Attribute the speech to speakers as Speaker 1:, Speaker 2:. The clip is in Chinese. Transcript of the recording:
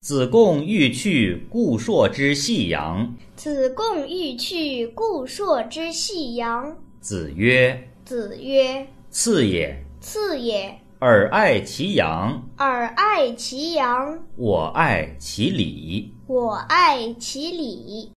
Speaker 1: 子贡欲去故朔之细阳。
Speaker 2: 子贡欲去故朔之细阳。
Speaker 1: 子曰
Speaker 2: 子曰：“
Speaker 1: 次也，：“
Speaker 2: 次也，
Speaker 1: 尔爱其阳，
Speaker 2: 尔爱其阳，
Speaker 1: 我爱其礼。”
Speaker 2: 我爱其礼。”